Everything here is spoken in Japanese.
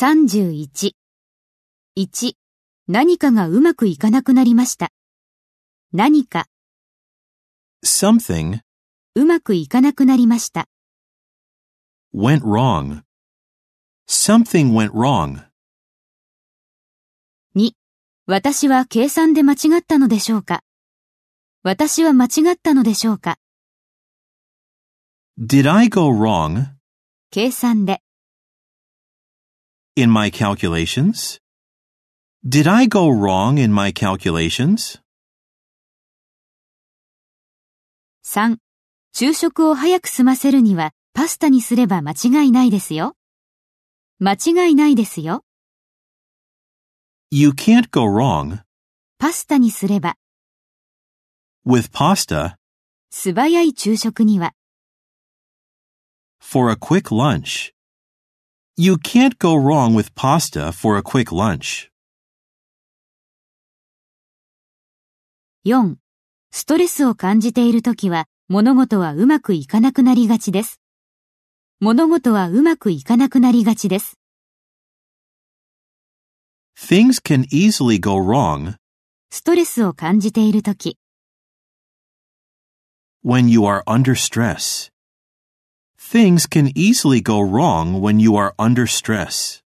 31。1、何かがうまくいかなくなりました。何か、 Something うまくいかなくなりました。 went wrong. Something went wrong. 2、私は計算で間違ったのでしょうか私は間違ったのでしょうか Did I go wrong 計算で。 in my calculations? Did I go wrong in my calculations? 3、昼食を早く済ませるにはパスタにすれば間違いないですよ。間違いないですよ。 You can't go wrong パスタにすれば、 with pasta 素早い昼食には、 for a quick lunch. You can't go wrong with pasta for a quick lunch. 4. ストレスを感じているときは、物事はうまくいかなくなりがちです。物事はうまくいかなくなりがちです。 Things can easily go wrong ストレスを感じているとき、 when you are under stress. Things can easily go wrong when you are under stress.